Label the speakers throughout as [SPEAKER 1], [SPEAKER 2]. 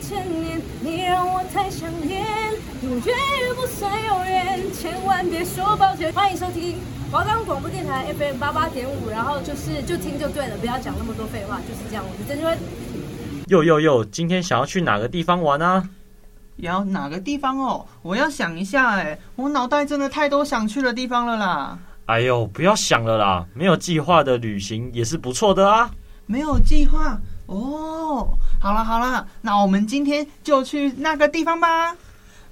[SPEAKER 1] 千年，你让我太想念，永远不算永远，千万别说抱歉。欢迎收听华冈广播电台 FM 八八点五，然后就是就听就对了，不要讲那么多废话，就是这样。我是郑钧，
[SPEAKER 2] 哟哟哟，今天想要去哪个地方玩啊？
[SPEAKER 3] 也要哪个地方哦？我要想一下哎，我脑袋真的太多想去的地方了啦。
[SPEAKER 2] 哎呦，不要想了啦，没有计划的旅行也是不错的啊。
[SPEAKER 3] 没有计划哦。好啦好啦，那我们今天就去那个地方吧。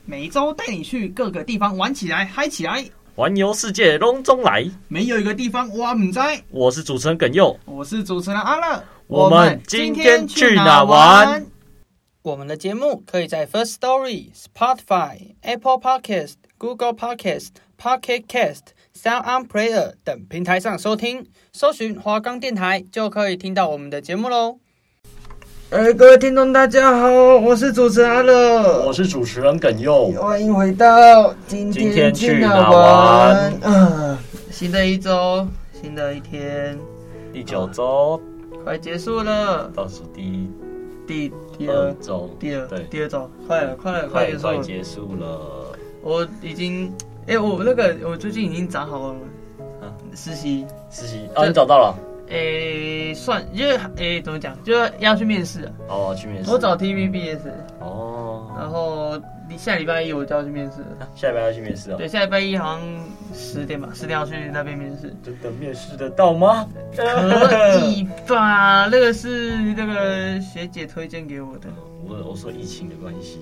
[SPEAKER 3] 每周带你去各个地方玩起来，嗨起来！
[SPEAKER 2] 环游世界隆中来，
[SPEAKER 3] 没有一个地方我唔知。
[SPEAKER 2] 我是主持人耿佑。
[SPEAKER 3] 我是主持人阿乐。
[SPEAKER 2] 我们今天去哪玩？
[SPEAKER 4] 我们的节目可以在 First Story、Spotify、Apple Podcast、Google Podcast、Pocket Cast、Sound On Player 等平台上收听，搜寻华冈电台就可以听到我们的节目喽。
[SPEAKER 3] 哎，各位听众大家好，我是主持人阿乐，
[SPEAKER 2] 是主持人耿佑
[SPEAKER 3] 欢迎回到今
[SPEAKER 2] 今天去哪玩？
[SPEAKER 3] 嗯，新的一周，新的一天，
[SPEAKER 2] 第九周
[SPEAKER 3] 快结束了。
[SPEAKER 2] 倒数第
[SPEAKER 3] 第第
[SPEAKER 2] 二
[SPEAKER 3] 二、
[SPEAKER 2] 周，
[SPEAKER 3] 第二
[SPEAKER 2] 对、
[SPEAKER 3] 第二周，快了，快了，
[SPEAKER 2] 快
[SPEAKER 3] 结束
[SPEAKER 2] 快
[SPEAKER 3] 了。
[SPEAKER 2] 结束了。
[SPEAKER 3] 我已经，哎、我那个我最近已经找好了
[SPEAKER 2] 啊
[SPEAKER 3] 实习，
[SPEAKER 2] 实习
[SPEAKER 3] 这
[SPEAKER 2] 哦，你找到了
[SPEAKER 3] 哎、算，因为哎、怎么讲，就是要去面试啊。
[SPEAKER 2] 哦，去面试
[SPEAKER 3] 我找 TVBS，
[SPEAKER 2] 哦，
[SPEAKER 3] 然后你下礼拜一我就要去面试了。
[SPEAKER 2] 下礼拜要去面试哦。
[SPEAKER 3] 对，下礼拜一好像十点吧，十点要去那边面试。
[SPEAKER 2] 真的面试得到吗？
[SPEAKER 3] 可 以吧？那个是那个学姐推荐给我的，
[SPEAKER 2] 我我说疫情的关系，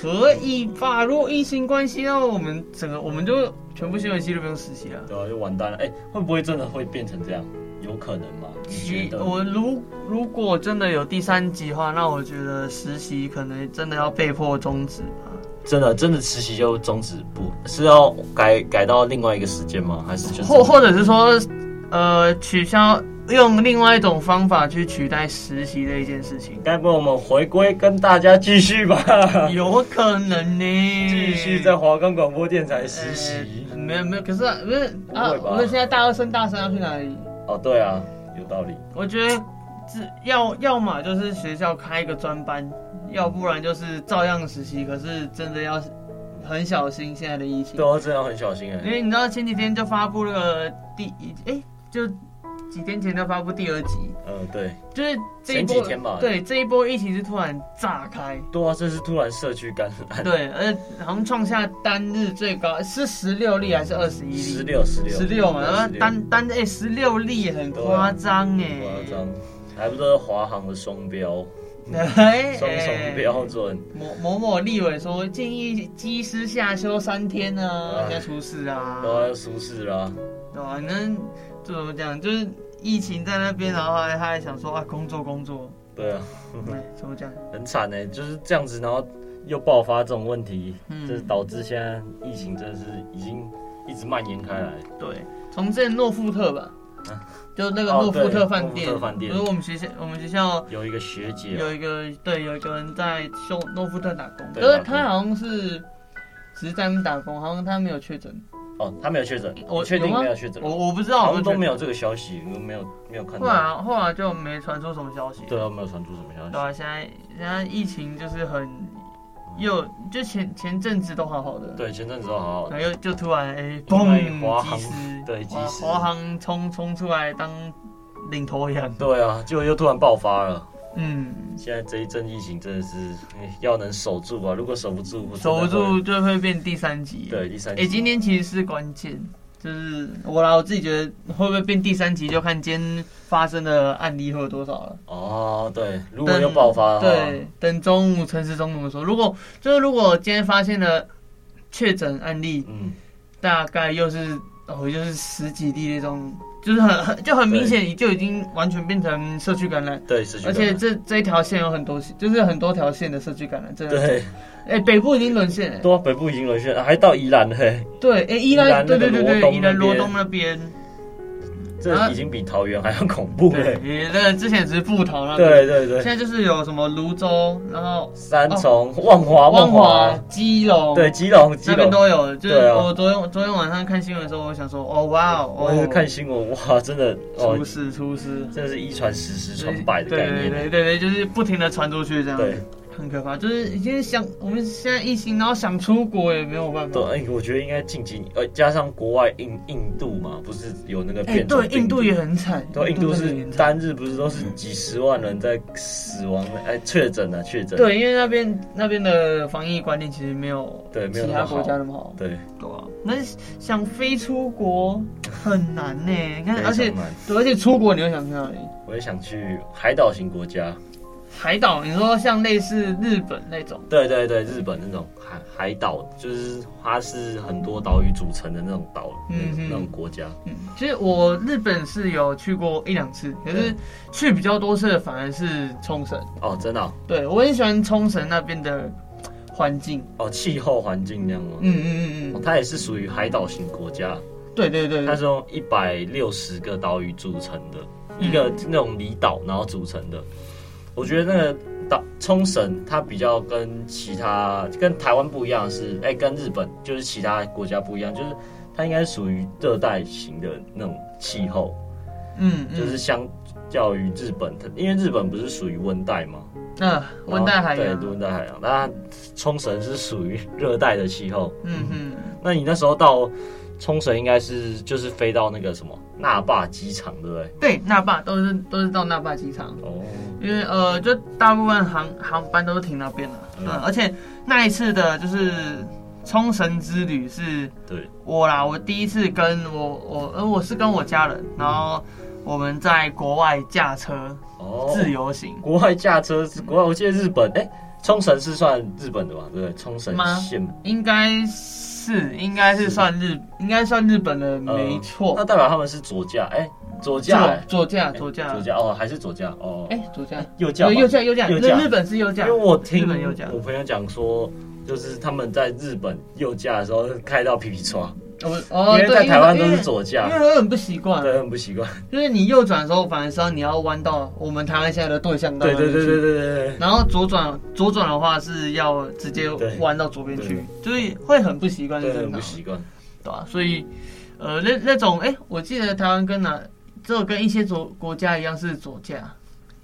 [SPEAKER 3] 可以吧？如果疫情关系，那我们整个我们就全部新闻系都不用实习了。
[SPEAKER 2] 对啊，就完蛋了。哎、会不会真的会变成这样？有可能吗？你觉
[SPEAKER 3] 其
[SPEAKER 2] 得？
[SPEAKER 3] 我如如果真的有第三集的话，那我觉得实习可能真的要被迫终止吧。
[SPEAKER 2] 真的真的实习就终止不？是要改改到另外一个时间吗？还是就是
[SPEAKER 3] 或或者是说，呃，取消用另外一种方法去取代实习的一件事情，
[SPEAKER 2] 该不会我们回归跟大家继续吧？
[SPEAKER 3] 有可能呢。
[SPEAKER 2] 继续在华冈广播电台实习、
[SPEAKER 3] 呃没有没有，可是啊不是啊
[SPEAKER 2] 不会，吧
[SPEAKER 3] 我们现在大二升大三要去哪里？
[SPEAKER 2] 哦，对啊，有道理。
[SPEAKER 3] 我觉得只要要么就是学校开一个专班，要不然就是照样实习，可是真的要很小心现在的疫情
[SPEAKER 2] 对。啊，真的要很小心哎、
[SPEAKER 3] 因为你知道前几天就发布那个第一，哎、就几天前就发布第二集，
[SPEAKER 2] 嗯，对，
[SPEAKER 3] 就是这一
[SPEAKER 2] 前
[SPEAKER 3] 波
[SPEAKER 2] 几天吧
[SPEAKER 3] 对，这一波疫情是突然炸开，
[SPEAKER 2] 对啊，这是突然社区感染，
[SPEAKER 3] 对，而且好像创下单日最高，是十六例还是二十一例？
[SPEAKER 2] 十六十六
[SPEAKER 3] 十六嘛，然后
[SPEAKER 2] 16
[SPEAKER 3] 单单哎十六例也很夸张哎，
[SPEAKER 2] 夸张，还不都是华航的双标，
[SPEAKER 3] 哎，
[SPEAKER 2] 双
[SPEAKER 3] 哎
[SPEAKER 2] 重标准。
[SPEAKER 3] 某某某立委说建议机师下休三天啊，
[SPEAKER 2] 哎
[SPEAKER 3] 要出事啊，
[SPEAKER 2] 都要舒适啦，
[SPEAKER 3] 对吧？那哦就怎么讲，就是疫情在那边，然后还他还想说啊，工作工作，
[SPEAKER 2] 对啊，
[SPEAKER 3] 哎，怎么讲？
[SPEAKER 2] 很惨呢、就是这样子，然后又爆发这种问题，
[SPEAKER 3] 嗯
[SPEAKER 2] 这导致现在疫情真的是已经一直蔓延开来。
[SPEAKER 3] 对，从之前诺富特吧
[SPEAKER 2] 啊，
[SPEAKER 3] 就那个
[SPEAKER 2] 哦
[SPEAKER 3] 诺富
[SPEAKER 2] 对
[SPEAKER 3] 特饭店，
[SPEAKER 2] 诺富特饭店
[SPEAKER 3] 不是我们学校，我们学校
[SPEAKER 2] 有一个学姐
[SPEAKER 3] 有一个对，有一个人在修诺富特打工，
[SPEAKER 2] 对
[SPEAKER 3] 可是
[SPEAKER 2] 打工
[SPEAKER 3] 他好像是只是在那边打工，好像他没有确诊，
[SPEAKER 2] 哦，她没有确诊，
[SPEAKER 3] 我
[SPEAKER 2] 你确定
[SPEAKER 3] 有吗
[SPEAKER 2] 没有确诊吗？
[SPEAKER 3] 我我不知道，
[SPEAKER 2] 好像
[SPEAKER 3] 我们
[SPEAKER 2] 都没。有这个消息，我没有没有看
[SPEAKER 3] 后来
[SPEAKER 2] 到。
[SPEAKER 3] 啊后来就没传出什么消息，
[SPEAKER 2] 对啊，没有传出什么消
[SPEAKER 3] 对
[SPEAKER 2] 息。
[SPEAKER 3] 啊，现在现在疫情就是很又就前前阵子都好好的，
[SPEAKER 2] 对，前阵子都好好的，
[SPEAKER 3] 然后又就突然哎，
[SPEAKER 2] 因为华
[SPEAKER 3] 嘣，
[SPEAKER 2] 航
[SPEAKER 3] 及时，
[SPEAKER 2] 对及
[SPEAKER 3] 华
[SPEAKER 2] 时
[SPEAKER 3] 华航冲冲出来当领头羊，
[SPEAKER 2] 对啊，结果又突然爆发了。
[SPEAKER 3] 嗯，
[SPEAKER 2] 现在这一阵疫情真的是哎要能守住啊，如果守不住，我真的
[SPEAKER 3] 守
[SPEAKER 2] 会
[SPEAKER 3] 不住。就会变第三级，
[SPEAKER 2] 对，第三
[SPEAKER 3] 哎、今天其实是关键，就是我啦，我自己觉得会不会变第三集，就看今天发生的案例会有多少了。
[SPEAKER 2] 哦，对，如果
[SPEAKER 3] 等
[SPEAKER 2] 又爆发的话，
[SPEAKER 3] 对，等中午陈时中怎么说？如果就是如果今天发现了确诊案例，
[SPEAKER 2] 嗯，
[SPEAKER 3] 大概又是哦，又是十几例那种，就是很很就很明显，就已经完全变成社区感染。
[SPEAKER 2] 对，失去
[SPEAKER 3] 而且这这一条线有很多，就是很多条线的社区感染，真的。
[SPEAKER 2] 对。
[SPEAKER 3] 哎、北部已经沦陷了、
[SPEAKER 2] 对啊，北部已经沦陷，还到宜兰嘿，
[SPEAKER 3] 对，哎、宜
[SPEAKER 2] 宜兰
[SPEAKER 3] 兰，
[SPEAKER 2] 那
[SPEAKER 3] 对
[SPEAKER 2] 个
[SPEAKER 3] 对对
[SPEAKER 2] 罗东
[SPEAKER 3] 对，宜兰
[SPEAKER 2] 那边
[SPEAKER 3] 罗东那边，
[SPEAKER 2] 这
[SPEAKER 3] 啊
[SPEAKER 2] 已经比桃园还要恐怖
[SPEAKER 3] 对
[SPEAKER 2] 嘞，。
[SPEAKER 3] 你那个之前只是布桃那边，
[SPEAKER 2] 对对对
[SPEAKER 3] 现，在就是有什么泸州，然后
[SPEAKER 2] 三重、万华、
[SPEAKER 3] 万华
[SPEAKER 2] 华，、
[SPEAKER 3] 基隆，
[SPEAKER 2] 对，基隆、基
[SPEAKER 3] 那边
[SPEAKER 2] 隆。
[SPEAKER 3] 都有。就是
[SPEAKER 2] 对啊
[SPEAKER 3] 我昨天昨天晚上看新闻的时候，我想说，哦哇哦，
[SPEAKER 2] 我也是看新闻，哇，真的哦
[SPEAKER 3] 出，事出事，
[SPEAKER 2] 真的是一传十，十传百的概
[SPEAKER 3] 对对
[SPEAKER 2] 念。
[SPEAKER 3] 对对对，就是不停的传出去这样。
[SPEAKER 2] 对，
[SPEAKER 3] 很可怕。就是已经想我们现在疫情，然后想出国也没有办法
[SPEAKER 2] 对，。哎，我觉得应该近几年，呃，加上国外印印度嘛，不是有那个
[SPEAKER 3] 哎，
[SPEAKER 2] 变种
[SPEAKER 3] 对，
[SPEAKER 2] 病毒
[SPEAKER 3] 印度也很惨，
[SPEAKER 2] 对，印度
[SPEAKER 3] 真的
[SPEAKER 2] 是
[SPEAKER 3] 也很惨。
[SPEAKER 2] 单日不是都是几十万人在死亡的，哎，确诊啊，确诊。
[SPEAKER 3] 对，因为那边那边的防疫观念其实没有
[SPEAKER 2] 对没有
[SPEAKER 3] 其
[SPEAKER 2] 那么
[SPEAKER 3] 他国家
[SPEAKER 2] 好
[SPEAKER 3] 那么好。
[SPEAKER 2] 对，
[SPEAKER 3] 对啊，那想飞出国很难呢、你看，而且
[SPEAKER 2] 非常难
[SPEAKER 3] 对，而且出国你会想去哪里？
[SPEAKER 2] 我也想去海岛型国家，
[SPEAKER 3] 海岛，你说像类似日本那种，
[SPEAKER 2] 对对对，日本那种海海岛，就是它是很多岛屿组成的那种岛，
[SPEAKER 3] 嗯嗯
[SPEAKER 2] 那种国家。
[SPEAKER 3] 嗯，其实我日本是有去过一两次，可是
[SPEAKER 2] 对
[SPEAKER 3] 去比较多次的反而是冲绳。
[SPEAKER 2] 哦，真的哦
[SPEAKER 3] 对我很喜欢冲绳那边的环境，
[SPEAKER 2] 哦，气候环境那样吗？
[SPEAKER 3] 嗯嗯嗯
[SPEAKER 2] 哦
[SPEAKER 3] 嗯，
[SPEAKER 2] 它也是属于海岛型国家，
[SPEAKER 3] 对对对
[SPEAKER 2] 它
[SPEAKER 3] 对
[SPEAKER 2] 是用一百六十个岛屿组成的，
[SPEAKER 3] 嗯
[SPEAKER 2] 一个那种离岛然后组成的。我觉得那个岛冲绳，它比较跟其他跟台湾不一样的是，哎、跟日本就是其他国家不一样，就是它应该属于热带型的那种气候，
[SPEAKER 3] 嗯嗯，
[SPEAKER 2] 就是相较于日本，它因为日本不是属于温带嘛，
[SPEAKER 3] 那温带海
[SPEAKER 2] 然
[SPEAKER 3] 洋
[SPEAKER 2] 后，对温带海洋，那冲绳是属于 热带的气候，
[SPEAKER 3] 嗯嗯，
[SPEAKER 2] 那你那时候到冲绳应该是就是飞到那个什么那霸机场，对不对？
[SPEAKER 3] 对，那霸都是都是到那霸机场。
[SPEAKER 2] 哦，
[SPEAKER 3] 因为呃，就大部分航航班都是停那边了，
[SPEAKER 2] 嗯
[SPEAKER 3] 嗯，而且那一次的就是冲绳之旅是
[SPEAKER 2] 对，
[SPEAKER 3] 我啦，我第一次跟我我呃我是跟我家人，然后我们在国外驾车
[SPEAKER 2] 哦，
[SPEAKER 3] 自由行，
[SPEAKER 2] 国外驾车是国外，我记得日本，哎、冲绳是算日本的吧？对不对？冲绳
[SPEAKER 3] 吗
[SPEAKER 2] 县
[SPEAKER 3] 应该是应该是
[SPEAKER 2] 是
[SPEAKER 3] 算日应该算日本的
[SPEAKER 2] 呃
[SPEAKER 3] 没错，
[SPEAKER 2] 那代表他们是左驾，哎、左驾、
[SPEAKER 3] 左
[SPEAKER 2] 哎
[SPEAKER 3] 左驾
[SPEAKER 2] 哎
[SPEAKER 3] 左驾
[SPEAKER 2] 左驾哦，还是左驾哦，
[SPEAKER 3] 哎左驾
[SPEAKER 2] 右驾吧
[SPEAKER 3] 对右驾右驾，
[SPEAKER 2] 右
[SPEAKER 3] 日
[SPEAKER 2] 驾
[SPEAKER 3] 日本是右驾，
[SPEAKER 2] 因为我
[SPEAKER 3] 日
[SPEAKER 2] 听
[SPEAKER 3] 本右驾，
[SPEAKER 2] 我朋友讲说，就是他们在日本右驾的时候开到皮皮抓，
[SPEAKER 3] 我哦
[SPEAKER 2] 因为
[SPEAKER 3] 对
[SPEAKER 2] 在台湾都
[SPEAKER 3] 因为
[SPEAKER 2] 是左
[SPEAKER 3] 因为
[SPEAKER 2] 驾，
[SPEAKER 3] 因为很不习惯，
[SPEAKER 2] 对，很不习惯。
[SPEAKER 3] 就是你右转的时候，反而是要你要弯到我们台湾现在的对向道。
[SPEAKER 2] 对对对对。对对对。
[SPEAKER 3] 然后左转左转的话是要直接
[SPEAKER 2] 对
[SPEAKER 3] 弯到左边去
[SPEAKER 2] 对，
[SPEAKER 3] 就是会很不习惯，是
[SPEAKER 2] 对，很
[SPEAKER 3] 正常
[SPEAKER 2] 不
[SPEAKER 3] 的，
[SPEAKER 2] 习惯。
[SPEAKER 3] 对吧？所以，呃，那那种，哎，我记得台湾跟哪，只有跟一些左国家一样是左驾，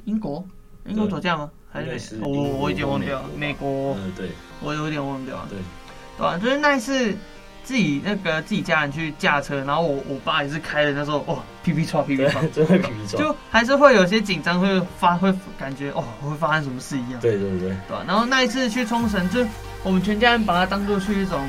[SPEAKER 3] 英国，英国
[SPEAKER 2] 对
[SPEAKER 3] 左驾吗？还
[SPEAKER 2] 应该
[SPEAKER 3] 是
[SPEAKER 2] 是
[SPEAKER 3] 美我
[SPEAKER 2] 英国
[SPEAKER 3] 我已经忘掉了，美国
[SPEAKER 2] 嗯，对，
[SPEAKER 3] 我有点忘掉了，
[SPEAKER 2] 对
[SPEAKER 3] 对吧？就是那一次自己那个自己家人去驾车，然后我我爸也是开的，那时候哦，噼噼唰噼噼唰
[SPEAKER 2] 对，，真的皮皮抓。
[SPEAKER 3] 就还是会有些紧张，会发会感觉哦会发生什么事一样，对
[SPEAKER 2] 对对对，
[SPEAKER 3] 吧、然后那一次去冲绳，就我们全家人把它当做去一种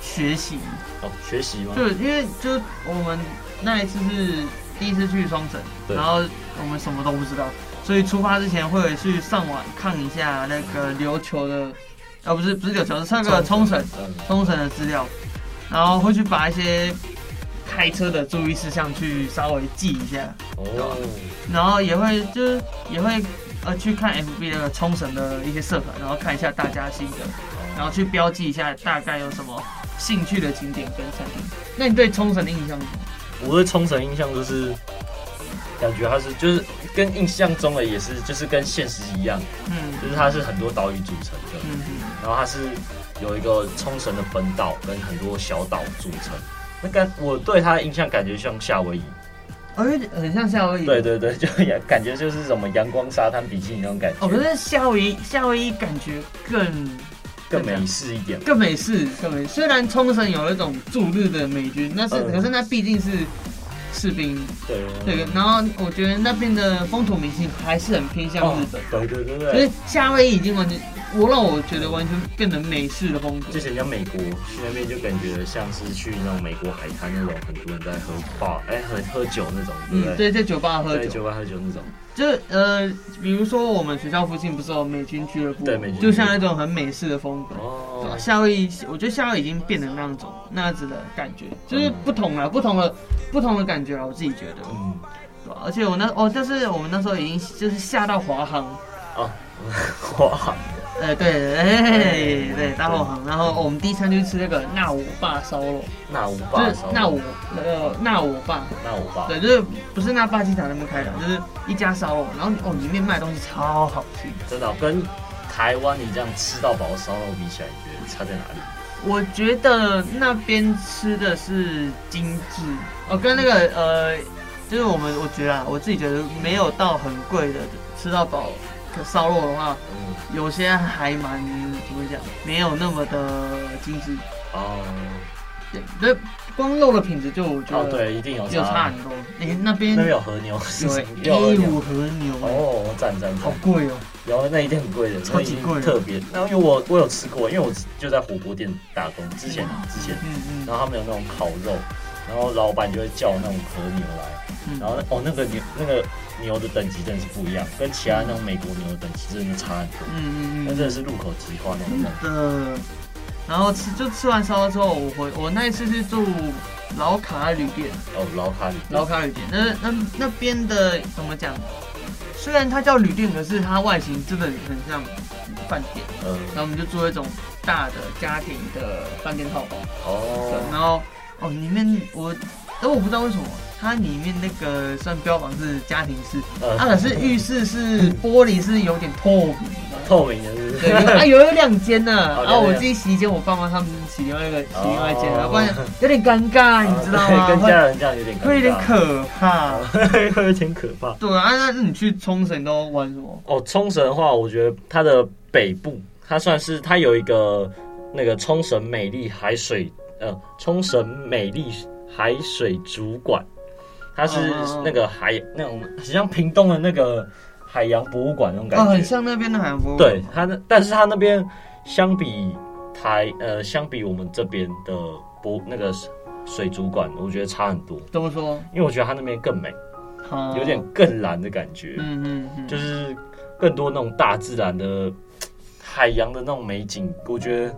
[SPEAKER 3] 学习，
[SPEAKER 2] 哦，学习吗？
[SPEAKER 3] 就因为就我们那一次是第一次去冲绳，
[SPEAKER 2] 对
[SPEAKER 3] 然后我们什么都不知道，所以出发之前会去上网看一下那个琉球的，啊不是不是琉球，是那个冲绳
[SPEAKER 2] 嗯，
[SPEAKER 3] 冲绳的资料，然后会去把一些开车的注意事项去稍微记一下。
[SPEAKER 2] 哦，
[SPEAKER 3] 然后也会就是也会呃去看 FB 的冲绳的一些社团，然后看一下大家心得，然后去标记一下大概有什么兴趣的景点跟餐厅。那你对冲绳的印象是什么？
[SPEAKER 2] 我对冲绳印象就是，感觉它是就是跟印象中的也是就是跟现实一样，
[SPEAKER 3] 嗯
[SPEAKER 2] 就是它是很多岛屿组成的，
[SPEAKER 3] 嗯嗯
[SPEAKER 2] 然后它是有一个冲绳的本岛跟很多小岛组成。那感我对它的印象感觉像夏威夷，
[SPEAKER 3] 哦，有点很像夏威夷。
[SPEAKER 2] 对。对对，就也感觉就是什么阳光沙滩比基尼那种感
[SPEAKER 3] 哦，可
[SPEAKER 2] 觉，
[SPEAKER 3] 是夏威夷夏威夷感觉更
[SPEAKER 2] 更美式一点。
[SPEAKER 3] 更美式，更美。虽然冲绳有那种驻日的美军，但是、
[SPEAKER 2] 嗯
[SPEAKER 3] 可是那毕竟是士兵，
[SPEAKER 2] 对
[SPEAKER 3] 对。然后我觉得那边的风土民情还是很偏向日本。
[SPEAKER 2] 哦对对对
[SPEAKER 3] 可
[SPEAKER 2] 对
[SPEAKER 3] 是，夏威夷已经完全，我让我觉得完全变成美式的风格
[SPEAKER 2] 之。前像美国去那边就感觉像是去那种美国海滩那种，很多人在喝爆哎、喝喝酒那种，对
[SPEAKER 3] 嗯
[SPEAKER 2] 不，对？
[SPEAKER 3] 对，在酒吧喝
[SPEAKER 2] 在
[SPEAKER 3] 酒，
[SPEAKER 2] 酒吧喝酒那种，
[SPEAKER 3] 就是呃，比如说我们学校附近不是有美军俱乐部，
[SPEAKER 2] 对美军俱乐部
[SPEAKER 3] 就像那种很美式的风格。对啊吧
[SPEAKER 2] 哦，
[SPEAKER 3] 夏威夷，我觉得夏威夷已经变成那种那样子的感
[SPEAKER 2] 哦
[SPEAKER 3] 觉，就是不同了，不同的不同的感觉了，我自己觉得，
[SPEAKER 2] 嗯，
[SPEAKER 3] 对吧？而且我那哦，就是我们那时候已经就是下到华航，
[SPEAKER 2] 哦， 哇，
[SPEAKER 3] 呃，对，哎，对，大华航，然后我们第一餐就吃那个那我爸烧肉，
[SPEAKER 2] 那我
[SPEAKER 3] 就
[SPEAKER 2] 爸
[SPEAKER 3] 是
[SPEAKER 2] 的时候，
[SPEAKER 3] 那我呃那我爸，
[SPEAKER 2] 那我爸，
[SPEAKER 3] 对，就是不是那霸机场那边开的，就是一家烧肉，然后哦里面卖的东西超好吃。
[SPEAKER 2] 真的哦、跟台湾你这样吃到饱的烧肉比起来，你觉得差在哪里？
[SPEAKER 3] 我觉得那边吃的是精致，哦，跟那个呃，就是我们我觉得啊，我自己觉得没有到很贵的，吃到饱可烧肉的话，
[SPEAKER 2] 嗯，
[SPEAKER 3] 有些还蛮怎么讲，没有那么的精致。
[SPEAKER 2] 哦，
[SPEAKER 3] 对，那光肉的品质就我觉
[SPEAKER 2] 哦，
[SPEAKER 3] 得
[SPEAKER 2] 对，一定有
[SPEAKER 3] 就差
[SPEAKER 2] 差。
[SPEAKER 3] 很多。你那边
[SPEAKER 2] 那边有和牛，是什么有和
[SPEAKER 3] 有 A
[SPEAKER 2] 牛
[SPEAKER 3] 五和牛，哎
[SPEAKER 2] 哦，赞赞
[SPEAKER 3] 好
[SPEAKER 2] 赞！
[SPEAKER 3] 贵哦。
[SPEAKER 2] 然后那一定很贵的，
[SPEAKER 3] 超级贵
[SPEAKER 2] 那一定特别。那因为我我有吃过，因为我就在火锅店打工，之前之前，
[SPEAKER 3] 嗯嗯
[SPEAKER 2] 然后他们有那种烤肉，然后老板就会叫那种和牛来，
[SPEAKER 3] 嗯，
[SPEAKER 2] 然后那哦那个牛那个牛的等级真的是不一样，跟其他那种美国牛的等级真的差很多，
[SPEAKER 3] 嗯嗯嗯，
[SPEAKER 2] 那真的是入口即化那种感觉。
[SPEAKER 3] 的。然后吃就吃完烧肉之后，我回我那一次是住老卡旅店，
[SPEAKER 2] 哦，老卡里，
[SPEAKER 3] 嗯老卡旅店，那那那边的怎么讲？虽然它叫旅店，可是它外形真的很像饭店。
[SPEAKER 2] 嗯，
[SPEAKER 3] 然后我们就住一种大的家庭的饭店套房，对
[SPEAKER 2] 哦，
[SPEAKER 3] 然后哦里面我，但我不知道为什么它里面那个算标榜是家庭式，
[SPEAKER 2] 呃
[SPEAKER 3] 啊可是浴室是玻璃是有点透明的。
[SPEAKER 2] 透明的，是不
[SPEAKER 3] 对，
[SPEAKER 2] 是？
[SPEAKER 3] 有啊有有两间呢，
[SPEAKER 2] 哦
[SPEAKER 3] 然
[SPEAKER 2] 两
[SPEAKER 3] 后我
[SPEAKER 2] 间
[SPEAKER 3] 自己洗一间，我爸妈他们洗另外一个洗另外一间，啊
[SPEAKER 2] 哦
[SPEAKER 3] 要不然有点尴哦尬，啊你知道 吗？
[SPEAKER 2] 啊对跟
[SPEAKER 3] 会
[SPEAKER 2] 家人这样有点尴尬
[SPEAKER 3] 会有点可怕。
[SPEAKER 2] 会有点可怕。
[SPEAKER 3] 对啊，那那你去冲绳都玩什么？
[SPEAKER 2] 哦，冲绳的话，我觉得它的北部，它算是它有一个那个冲绳美丽海水，呃，冲绳美丽海水主管，它是
[SPEAKER 3] 嗯嗯嗯
[SPEAKER 2] 那个海那种很像屏东的那个海洋博物馆那种感
[SPEAKER 3] 哦，
[SPEAKER 2] 觉。
[SPEAKER 3] 很像那边的海洋博物馆
[SPEAKER 2] 对，它那，但是它那边相比台呃，相比我们这边的博那个水族馆，我觉得差很多，
[SPEAKER 3] 怎么说？
[SPEAKER 2] 因为我觉得它那边更美，
[SPEAKER 3] 好
[SPEAKER 2] 有点更蓝的感觉。
[SPEAKER 3] 嗯嗯嗯，
[SPEAKER 2] 就是更多那种大自然的海洋的那种美景，我觉得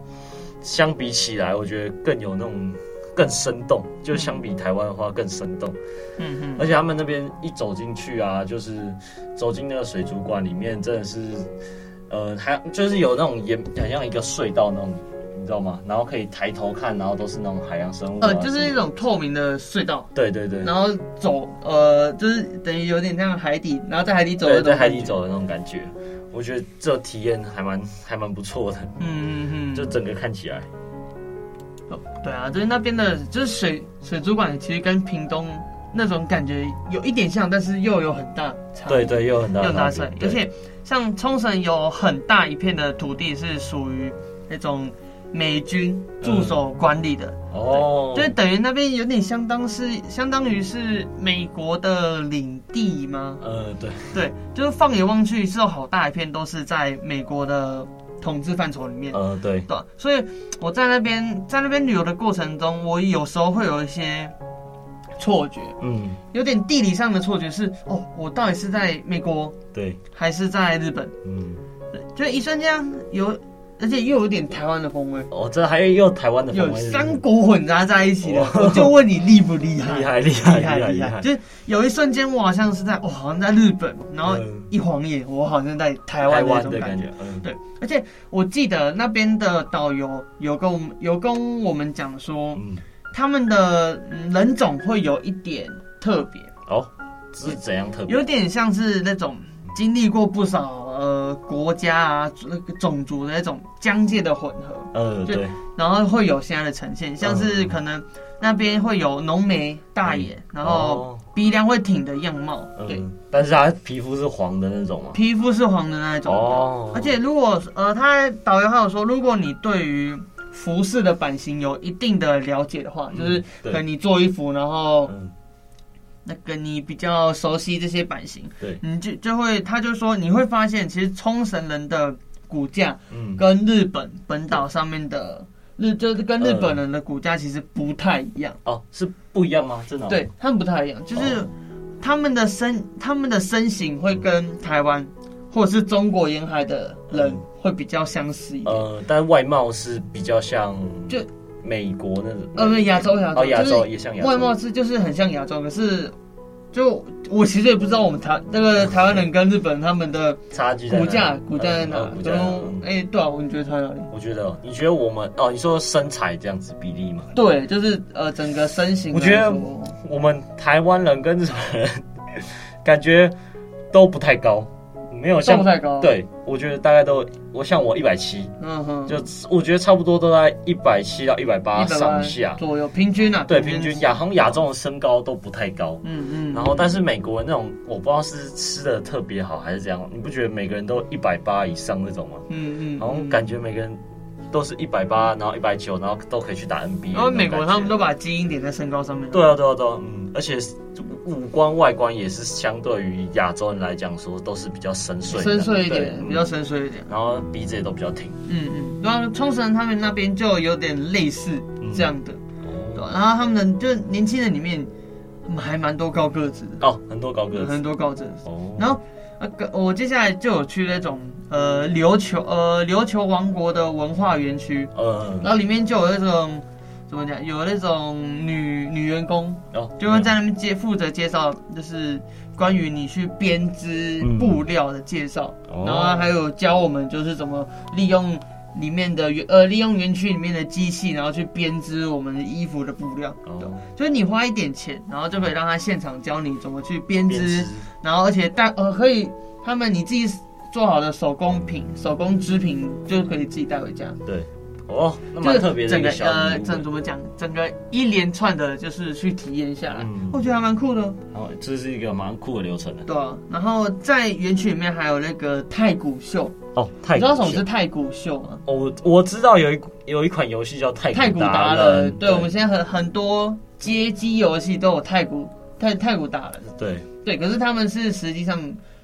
[SPEAKER 2] 相比起来，我觉得更有那种更生动，就相比台湾的话更生动。
[SPEAKER 3] 嗯
[SPEAKER 2] 而
[SPEAKER 3] 嗯，
[SPEAKER 2] 且他们那边一走进去啊，就是走进那个水族馆里面，真的是，呃，还就是有那种沿很像一个隧道那种，你知道吗？然后可以抬头看，然后都是那种海洋生物、啊，
[SPEAKER 3] 呃，就是一种透明的隧道，
[SPEAKER 2] 对对对，
[SPEAKER 3] 然后走呃，就是等于有点像海底，然后在海底走的
[SPEAKER 2] 对
[SPEAKER 3] 那种
[SPEAKER 2] 在海
[SPEAKER 3] 感觉
[SPEAKER 2] 底，走的那种感觉，我觉得这体验还蛮还蛮不错的。
[SPEAKER 3] 嗯嗯嗯，
[SPEAKER 2] 就整个看起来，
[SPEAKER 3] 哦对啊，就是那边的，就是水水族馆，其实跟屏东那种感觉有一点像，但是又有很大差，
[SPEAKER 2] 对，对，又有很大
[SPEAKER 3] 又
[SPEAKER 2] 的
[SPEAKER 3] 很大
[SPEAKER 2] 差
[SPEAKER 3] 差
[SPEAKER 2] 别，，对
[SPEAKER 3] 而且像冲绳有很大一片的土地是属于那种美军驻守管理的，
[SPEAKER 2] 哦，
[SPEAKER 3] 就是等于那边有点相当是相当于是美国的领地吗？
[SPEAKER 2] 呃，对，
[SPEAKER 3] 对，就是放眼望去，之后好大一片都是在美国的统治范畴里面。
[SPEAKER 2] 呃，对，
[SPEAKER 3] 对啊，所以我在那边在那边旅游的过程中，我有时候会有一些错觉，
[SPEAKER 2] 嗯，
[SPEAKER 3] 有点地理上的错觉是，哦，我到底是在美国
[SPEAKER 2] 对，
[SPEAKER 3] 还是在日本？
[SPEAKER 2] 嗯，
[SPEAKER 3] 对，就一瞬间有，而且又有点台湾的风味，
[SPEAKER 2] 哦，这还有又台湾的风
[SPEAKER 3] 有
[SPEAKER 2] 味，
[SPEAKER 3] 三国混杂在一起了。我就问你厉不厉害？
[SPEAKER 2] 厉害，厉害，
[SPEAKER 3] 厉害
[SPEAKER 2] 厉
[SPEAKER 3] 厉害！就是有一瞬间，我好像是在，我好像在日本，然后
[SPEAKER 2] 嗯
[SPEAKER 3] 一晃眼，我好像在台
[SPEAKER 2] 台
[SPEAKER 3] 湾那
[SPEAKER 2] 湾
[SPEAKER 3] 种
[SPEAKER 2] 的
[SPEAKER 3] 感
[SPEAKER 2] 感
[SPEAKER 3] 觉
[SPEAKER 2] 觉。，嗯，
[SPEAKER 3] 对，而且我记得那边的导游有跟我们有跟我们讲说，
[SPEAKER 2] 嗯，
[SPEAKER 3] 他们的嗯人种会有一点特别，
[SPEAKER 2] 哦，这是怎样特别？
[SPEAKER 3] 有点像是那种经历过不少呃国家啊那个种族的那种疆界的混合，
[SPEAKER 2] 呃，对，
[SPEAKER 3] 然后会有现在的呈现，像
[SPEAKER 2] 嗯
[SPEAKER 3] 是可能那边会有浓眉大眼，然后
[SPEAKER 2] 哦，
[SPEAKER 3] 鼻梁会挺的样貌，对，
[SPEAKER 2] 嗯，但是他皮肤是黄的那种嘛，
[SPEAKER 3] 皮肤是黄的那一种。
[SPEAKER 2] 哦，
[SPEAKER 3] 而且如果呃，他导游还有说，如果你对于服饰的版型有一定的了解的话，
[SPEAKER 2] 嗯
[SPEAKER 3] 就是可
[SPEAKER 2] 对
[SPEAKER 3] 能你做衣服，然后
[SPEAKER 2] 嗯，
[SPEAKER 3] 那个你比较熟悉这些版型，
[SPEAKER 2] 对，
[SPEAKER 3] 你就就会他就说你会发现，其实冲绳人的骨架
[SPEAKER 2] 嗯，
[SPEAKER 3] 跟日本本岛上面的日就是跟日
[SPEAKER 2] 嗯
[SPEAKER 3] 本人的骨架其实不太一样，
[SPEAKER 2] 哦，是不一样吗？真的？
[SPEAKER 3] 对，他们不太一样，就是
[SPEAKER 2] 哦
[SPEAKER 3] 他们的身他们的身形会跟台湾。或者是中国沿海的人
[SPEAKER 2] 嗯
[SPEAKER 3] 会比较相似一点，
[SPEAKER 2] 呃，但外貌是比较像
[SPEAKER 3] 就
[SPEAKER 2] 美国那种，
[SPEAKER 3] 呃，不是亚洲，亚洲，
[SPEAKER 2] 哦，亚洲
[SPEAKER 3] 就
[SPEAKER 2] 也像
[SPEAKER 3] 是
[SPEAKER 2] 亚洲，
[SPEAKER 3] 外貌是就是很像亚洲，可是就我其实也不知道我们台那个台湾人跟日本他 们的
[SPEAKER 2] 差距在哪
[SPEAKER 3] 骨
[SPEAKER 2] 里
[SPEAKER 3] 架骨架在哪
[SPEAKER 2] 嗯？骨架
[SPEAKER 3] 然
[SPEAKER 2] 在哪
[SPEAKER 3] 后
[SPEAKER 2] 嗯
[SPEAKER 3] 哎，对啊，我觉得差在哪里？
[SPEAKER 2] 我觉得哦，你觉得我们哦，你说身材这样子比例 吗？
[SPEAKER 3] 对，就是呃，整个身形来
[SPEAKER 2] 我觉得
[SPEAKER 3] 说，
[SPEAKER 2] 我们台湾人跟日本人感觉都不太高，没有
[SPEAKER 3] 这
[SPEAKER 2] 像
[SPEAKER 3] 么太高，，
[SPEAKER 2] 对，我觉得大概都我像我一百七，
[SPEAKER 3] 嗯哼，
[SPEAKER 2] 就我觉得差不多都在一百七到一百八
[SPEAKER 3] 180
[SPEAKER 2] 上下。
[SPEAKER 3] 左右，平均啊，
[SPEAKER 2] 对，平均，亚好像亚洲的身高都不太高。
[SPEAKER 3] 嗯嗯，
[SPEAKER 2] 然后，但是美国人那种，我不知道是吃的特别好还是怎样，你不觉得每个人都一百八以上那种吗？
[SPEAKER 3] 嗯嗯，
[SPEAKER 2] 好像
[SPEAKER 3] 嗯
[SPEAKER 2] 感觉每个人都是一百八，然后一百九，然后都可以去打 NBA 那种感觉。
[SPEAKER 3] 然后哦美国他们都把基因点在身高上面。
[SPEAKER 2] 对啊，对啊，对啊，嗯，而且五官外观也是相对于亚洲人来讲说都是比较深邃的，
[SPEAKER 3] 深邃一
[SPEAKER 2] 对
[SPEAKER 3] 点，
[SPEAKER 2] 嗯
[SPEAKER 3] 比较深邃一点。
[SPEAKER 2] 然后鼻子也都比较挺。
[SPEAKER 3] 嗯嗯，然后冲绳他们那边就有点类似这样的，
[SPEAKER 2] 嗯
[SPEAKER 3] 对啊吧然后他们就年轻人里面嗯还蛮多高个子的，
[SPEAKER 2] 哦，很多高个子
[SPEAKER 3] 很。多高个子。
[SPEAKER 2] 哦，
[SPEAKER 3] 然后呃，跟我接下来就有去那种呃琉球呃琉球王国的文化园区，
[SPEAKER 2] 嗯，
[SPEAKER 3] 然后里面就有那种怎么讲，有那种女女员工，
[SPEAKER 2] 哦，
[SPEAKER 3] 就会在那边接负责介绍，就是关于你去编织布料的介绍，
[SPEAKER 2] 嗯
[SPEAKER 3] 然后还有教我们就是怎么利用里面的园呃利用园区里面的机器，然后去编织我们的衣服的布料。
[SPEAKER 2] 哦
[SPEAKER 3] 对，就是你花一点钱，然后就可以让他现场教你怎么去编
[SPEAKER 2] 编
[SPEAKER 3] 织
[SPEAKER 2] 织，
[SPEAKER 3] 然后而且带呃可以他们你自己做好的手工品、手工织品就可以自己带回家。
[SPEAKER 2] 对，哦，那
[SPEAKER 3] 就
[SPEAKER 2] 蛮
[SPEAKER 3] 是
[SPEAKER 2] 特别的
[SPEAKER 3] 整
[SPEAKER 2] 一
[SPEAKER 3] 个
[SPEAKER 2] 个小
[SPEAKER 3] 呃，
[SPEAKER 2] 礼物
[SPEAKER 3] 整怎么讲，整个一连串的，就是去体验下来，
[SPEAKER 2] 嗯
[SPEAKER 3] 我觉得还蛮酷的，哦
[SPEAKER 2] 然后这是一个蛮酷的流程的。
[SPEAKER 3] 对啊。然后在园区里面还有那个太古秀，
[SPEAKER 2] 哦，
[SPEAKER 3] 你
[SPEAKER 2] 太
[SPEAKER 3] 知道什么是太古秀吗？
[SPEAKER 2] 哦，我我知道有一有一款游戏叫太
[SPEAKER 3] 太古
[SPEAKER 2] 古
[SPEAKER 3] 达
[SPEAKER 2] 人，
[SPEAKER 3] 人，对，我们现在很很多街机游戏都有太古太太古达人，
[SPEAKER 2] 对，
[SPEAKER 3] 对，可是他们是实际上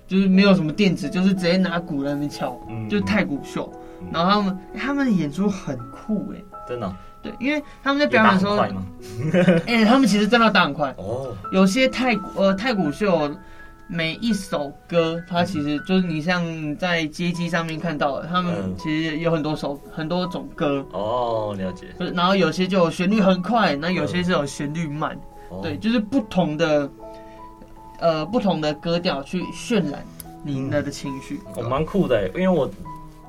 [SPEAKER 3] 就是没有什么电子，就是直接拿鼓在那边敲，
[SPEAKER 2] 嗯
[SPEAKER 3] 就是太古秀。然后他们他们的演出很酷哎、
[SPEAKER 2] 真的哦
[SPEAKER 3] 对，因为他们在
[SPEAKER 2] 有
[SPEAKER 3] 表演
[SPEAKER 2] 打
[SPEAKER 3] 的
[SPEAKER 2] 很
[SPEAKER 3] 时候，
[SPEAKER 2] 快吗？
[SPEAKER 3] 哎、他们其实真的打很快。
[SPEAKER 2] 哦，
[SPEAKER 3] 有些太古呃太古秀，每一首歌它其实就是你像在街机上面看到的，他们
[SPEAKER 2] 嗯
[SPEAKER 3] 其实有很多首很多种歌，
[SPEAKER 2] 哦，了解。
[SPEAKER 3] 就是然后有些就有旋律很快，那有些是有旋律慢，
[SPEAKER 2] 哦
[SPEAKER 3] 对，，就是不同的呃不同的歌调去渲染你那的情绪。
[SPEAKER 2] 哦，蛮酷的耶，因为我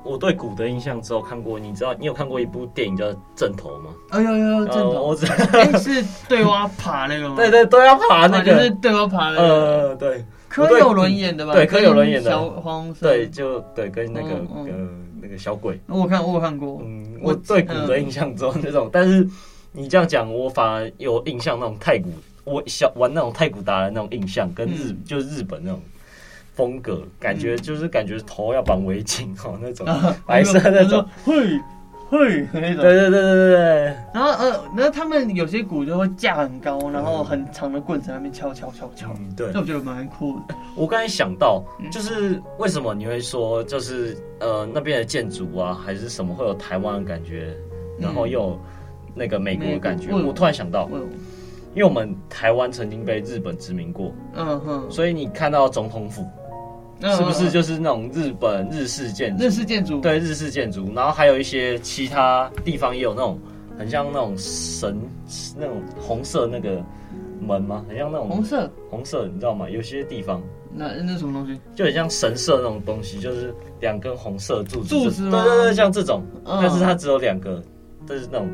[SPEAKER 2] 我对鼓的印象只有看过，你知道你有看过一部电影叫《正头》吗？
[SPEAKER 3] 哎呦呦，正
[SPEAKER 2] 呃
[SPEAKER 3] 头
[SPEAKER 2] 我，只
[SPEAKER 3] 哎是对蛙爬那个吗？
[SPEAKER 2] 对对对，要爬
[SPEAKER 3] 啊
[SPEAKER 2] 那
[SPEAKER 3] 就
[SPEAKER 2] 个，
[SPEAKER 3] 是对蛙爬那个，
[SPEAKER 2] 呃，对
[SPEAKER 3] 柯有伦演的吧？
[SPEAKER 2] 对柯有伦演的
[SPEAKER 3] 跟小黄色
[SPEAKER 2] 对，，就对，跟那个
[SPEAKER 3] 嗯嗯
[SPEAKER 2] 呃那个小鬼，
[SPEAKER 3] 我有看我有看过，
[SPEAKER 2] 嗯，
[SPEAKER 3] 我
[SPEAKER 2] 我对鼓的
[SPEAKER 3] 嗯
[SPEAKER 2] 印象只有那种，但是你这样讲，我反而有印象那种太鼓，我小玩那种太鼓达人那种印象，跟日
[SPEAKER 3] 嗯
[SPEAKER 2] 就是日本那种。风格感觉
[SPEAKER 3] 嗯
[SPEAKER 2] 就是感觉头要绑围巾 哦，那种
[SPEAKER 3] 啊
[SPEAKER 2] 白色那种，，
[SPEAKER 3] 会会那
[SPEAKER 2] 对
[SPEAKER 3] 种。
[SPEAKER 2] 对对对对对，
[SPEAKER 3] 然后呃，然后他们有些鼓就会架很高，然后很长的棍子在那边敲敲敲敲，
[SPEAKER 2] 嗯对
[SPEAKER 3] 这。我觉得蛮酷的。
[SPEAKER 2] 我刚才想到
[SPEAKER 3] 嗯，
[SPEAKER 2] 就是为什么你会说，就是呃那边的建筑啊，还是什么会有台湾的感觉，然后又有那个美国的感觉。
[SPEAKER 3] 嗯美国
[SPEAKER 2] 我突然想到，
[SPEAKER 3] 我有
[SPEAKER 2] 因为我们台湾曾经被日本殖民过，
[SPEAKER 3] 嗯哼，
[SPEAKER 2] 所以你看到总统府
[SPEAKER 3] 嗯
[SPEAKER 2] 是不是
[SPEAKER 3] 嗯
[SPEAKER 2] 就是那种日本日式建筑
[SPEAKER 3] 日？式建筑？
[SPEAKER 2] 对，日式建筑，然后还有一些其他地方也有那种很像那种神那种红色那个门吗？很像那
[SPEAKER 3] 红
[SPEAKER 2] 种
[SPEAKER 3] 色，
[SPEAKER 2] 红色，你知道吗？有些地方。
[SPEAKER 3] 那那什么东西？
[SPEAKER 2] 就很像神社那种东西，就是两根红色柱子，
[SPEAKER 3] 柱子
[SPEAKER 2] 对
[SPEAKER 3] 吗
[SPEAKER 2] 对对，像这种，
[SPEAKER 3] 嗯
[SPEAKER 2] 但是它只有两个，就是那种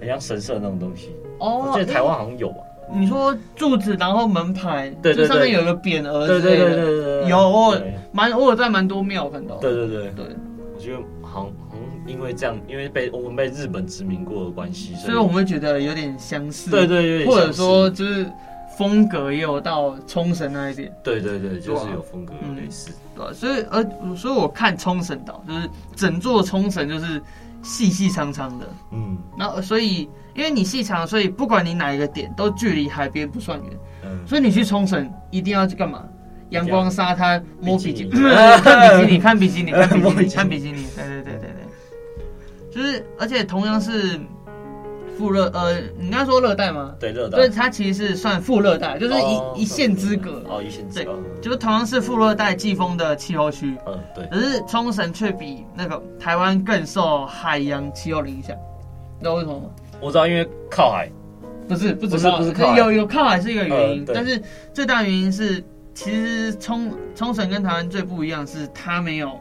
[SPEAKER 2] 很像神社那种东西。我
[SPEAKER 3] 哦
[SPEAKER 2] 记得台湾好像有啊吧？
[SPEAKER 3] 你说柱子，然后门牌，
[SPEAKER 2] 对对
[SPEAKER 3] 就上面
[SPEAKER 2] 对
[SPEAKER 3] 有一个匾额
[SPEAKER 2] 对
[SPEAKER 3] 之
[SPEAKER 2] 对
[SPEAKER 3] 类
[SPEAKER 2] 对
[SPEAKER 3] 的，
[SPEAKER 2] 对对对，对
[SPEAKER 3] 哦有我
[SPEAKER 2] 对
[SPEAKER 3] 蛮我有在蛮多庙看到。
[SPEAKER 2] 对对对，
[SPEAKER 3] 对，
[SPEAKER 2] 我觉得好像好像因为这样，因为被我们被日本殖民过的关系，
[SPEAKER 3] 所以我们会觉得有点相似。
[SPEAKER 2] 对对有点
[SPEAKER 3] 或者
[SPEAKER 2] 相似
[SPEAKER 3] 说就是风格也有到冲绳那一点，
[SPEAKER 2] 对对对，就是
[SPEAKER 3] 对啊
[SPEAKER 2] 有风格有类似，
[SPEAKER 3] 对吧、所以呃，所以我看冲绳岛就是整座冲绳就是细细长长的，
[SPEAKER 2] 嗯
[SPEAKER 3] 然后所以因为你细长，所以不管你哪一个点都距离海边不算远，
[SPEAKER 2] 嗯，
[SPEAKER 3] 所以你去冲绳一定要去干嘛？阳光沙滩摸比基尼，
[SPEAKER 2] 比基尼
[SPEAKER 3] 看 比基尼，看比基尼，看比
[SPEAKER 2] 摸
[SPEAKER 3] 基尼，
[SPEAKER 2] 比基尼
[SPEAKER 3] 看比基尼，对对对对对，就是而且同样是副热，呃，你刚才说热带吗？
[SPEAKER 2] 对热带
[SPEAKER 3] 所以，它其实是算副热带，就是一、
[SPEAKER 2] 哦
[SPEAKER 3] 一线之隔。
[SPEAKER 2] 哦，一线之
[SPEAKER 3] 对
[SPEAKER 2] 隔，，
[SPEAKER 3] 就是同样是副热带季风的气候区，
[SPEAKER 2] 嗯对，
[SPEAKER 3] 可是冲绳却比那个台湾更受海洋气候的影响，你知道为什么吗？
[SPEAKER 2] 我知道，因为靠海，
[SPEAKER 3] 不是，不
[SPEAKER 2] 不
[SPEAKER 3] 知
[SPEAKER 2] 是
[SPEAKER 3] 道，
[SPEAKER 2] 不是靠海
[SPEAKER 3] 有有靠海是一个原因，
[SPEAKER 2] 呃对
[SPEAKER 3] 但是最大原因是，其实冲冲绳跟台湾最不一样是它没有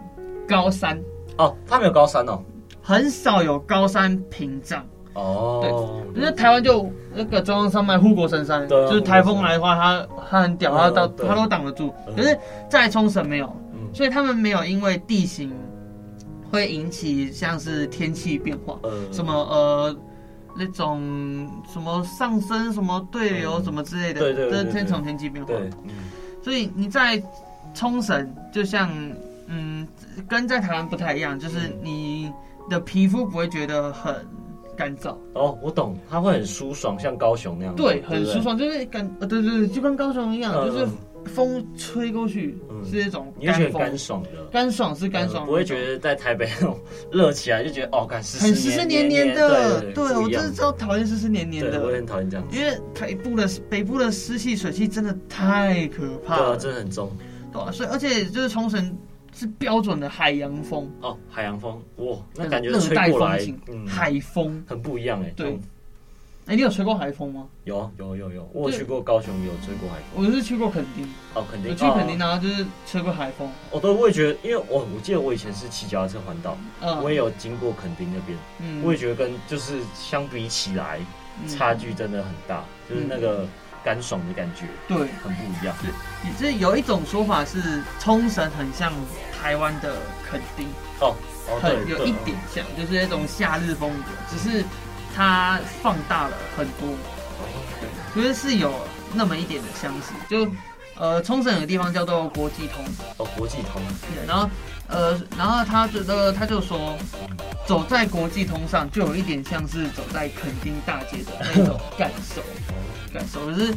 [SPEAKER 3] 高山，
[SPEAKER 2] 哦，它没有高山哦，
[SPEAKER 3] 很少有高山屏障。
[SPEAKER 2] 哦，
[SPEAKER 3] 因为台湾就那个中央山脉护国神山，
[SPEAKER 2] 对啊
[SPEAKER 3] 就是台风来的话，它它很屌，
[SPEAKER 2] 嗯
[SPEAKER 3] 它到
[SPEAKER 2] 对
[SPEAKER 3] 它都挡得住。
[SPEAKER 2] 嗯
[SPEAKER 3] 可是，在冲绳没有，
[SPEAKER 2] 嗯
[SPEAKER 3] 所以他们没有因为地形会引起像是天气变化，
[SPEAKER 2] 呃，
[SPEAKER 3] 什么呃那种什么上升、什么对流、
[SPEAKER 2] 嗯
[SPEAKER 3] 什么之类的，
[SPEAKER 2] 对对对
[SPEAKER 3] 这
[SPEAKER 2] 对
[SPEAKER 3] 天
[SPEAKER 2] 对
[SPEAKER 3] 从天气变化。
[SPEAKER 2] 对，嗯，
[SPEAKER 3] 所以你在冲绳，就像嗯，跟在台湾不太一样，就是
[SPEAKER 2] 嗯
[SPEAKER 3] 你的皮肤不会觉得很干燥，
[SPEAKER 2] 哦，我懂，它会很舒爽，像高雄那样，
[SPEAKER 3] 对，
[SPEAKER 2] 不
[SPEAKER 3] 很舒。爽，就是感呃，对对对，就跟高雄一样，
[SPEAKER 2] 嗯
[SPEAKER 3] 就是风吹过去、
[SPEAKER 2] 嗯
[SPEAKER 3] 是那种
[SPEAKER 2] 你会
[SPEAKER 3] 干
[SPEAKER 2] 觉得
[SPEAKER 3] 风，
[SPEAKER 2] 干爽的，
[SPEAKER 3] 干爽是干
[SPEAKER 2] 呃
[SPEAKER 3] 爽，
[SPEAKER 2] 不会觉得在台北那种 热起来就觉得哦，干湿
[SPEAKER 3] 很湿湿黏黏的，
[SPEAKER 2] 对
[SPEAKER 3] 对我真的超讨厌湿湿黏黏
[SPEAKER 2] 对，我也
[SPEAKER 3] 的。
[SPEAKER 2] 很讨厌这样子，
[SPEAKER 3] 因为北部的北部的湿气水气真的太可怕
[SPEAKER 2] 对
[SPEAKER 3] 了，
[SPEAKER 2] 啊，真的很重
[SPEAKER 3] 对啊所以而且就是冲绳是标准的海洋风，
[SPEAKER 2] 哦，海洋风，哇，那
[SPEAKER 3] 嗯
[SPEAKER 2] 感觉
[SPEAKER 3] 热
[SPEAKER 2] 吹
[SPEAKER 3] 带
[SPEAKER 2] 过
[SPEAKER 3] 风
[SPEAKER 2] 来
[SPEAKER 3] 情，
[SPEAKER 2] 嗯，
[SPEAKER 3] 海风。
[SPEAKER 2] 很不一样哎，
[SPEAKER 3] 对
[SPEAKER 2] 嗯
[SPEAKER 3] 哎、你有吹过海风吗？
[SPEAKER 2] 有啊有有有，我有
[SPEAKER 3] 对
[SPEAKER 2] 去过高雄，有吹过海风，
[SPEAKER 3] 我是去过垦丁，
[SPEAKER 2] 哦，肯定，
[SPEAKER 3] 我去垦
[SPEAKER 2] 哦
[SPEAKER 3] 丁，啊然后就是吹过海风。
[SPEAKER 2] 我都会觉得，因为我我记得我以前是骑脚踏车环岛，
[SPEAKER 3] 嗯，
[SPEAKER 2] 我也有经过垦丁那边，
[SPEAKER 3] 嗯
[SPEAKER 2] 我也觉得跟就是相比起来，
[SPEAKER 3] 嗯
[SPEAKER 2] 差距真的很大，就是那个干爽的感觉
[SPEAKER 3] 对，
[SPEAKER 2] 很不一样。
[SPEAKER 3] 就是有一种说法是冲绳很像台湾的垦丁，
[SPEAKER 2] 哦哦，
[SPEAKER 3] 很
[SPEAKER 2] 对，
[SPEAKER 3] 有
[SPEAKER 2] 对
[SPEAKER 3] 一点像，就是那种夏日风格，只是它放大了很多，
[SPEAKER 2] 哦
[SPEAKER 3] 觉得是有那么一点的相似。就呃，冲绳有个地方叫做国际通，
[SPEAKER 2] 哦，国际通，
[SPEAKER 3] 对然后呃，然后他觉得他就说，
[SPEAKER 2] 嗯
[SPEAKER 3] 走在国际通上，就有一点像是走在垦丁大街的 那种感受，
[SPEAKER 2] 哦
[SPEAKER 3] 感受。可是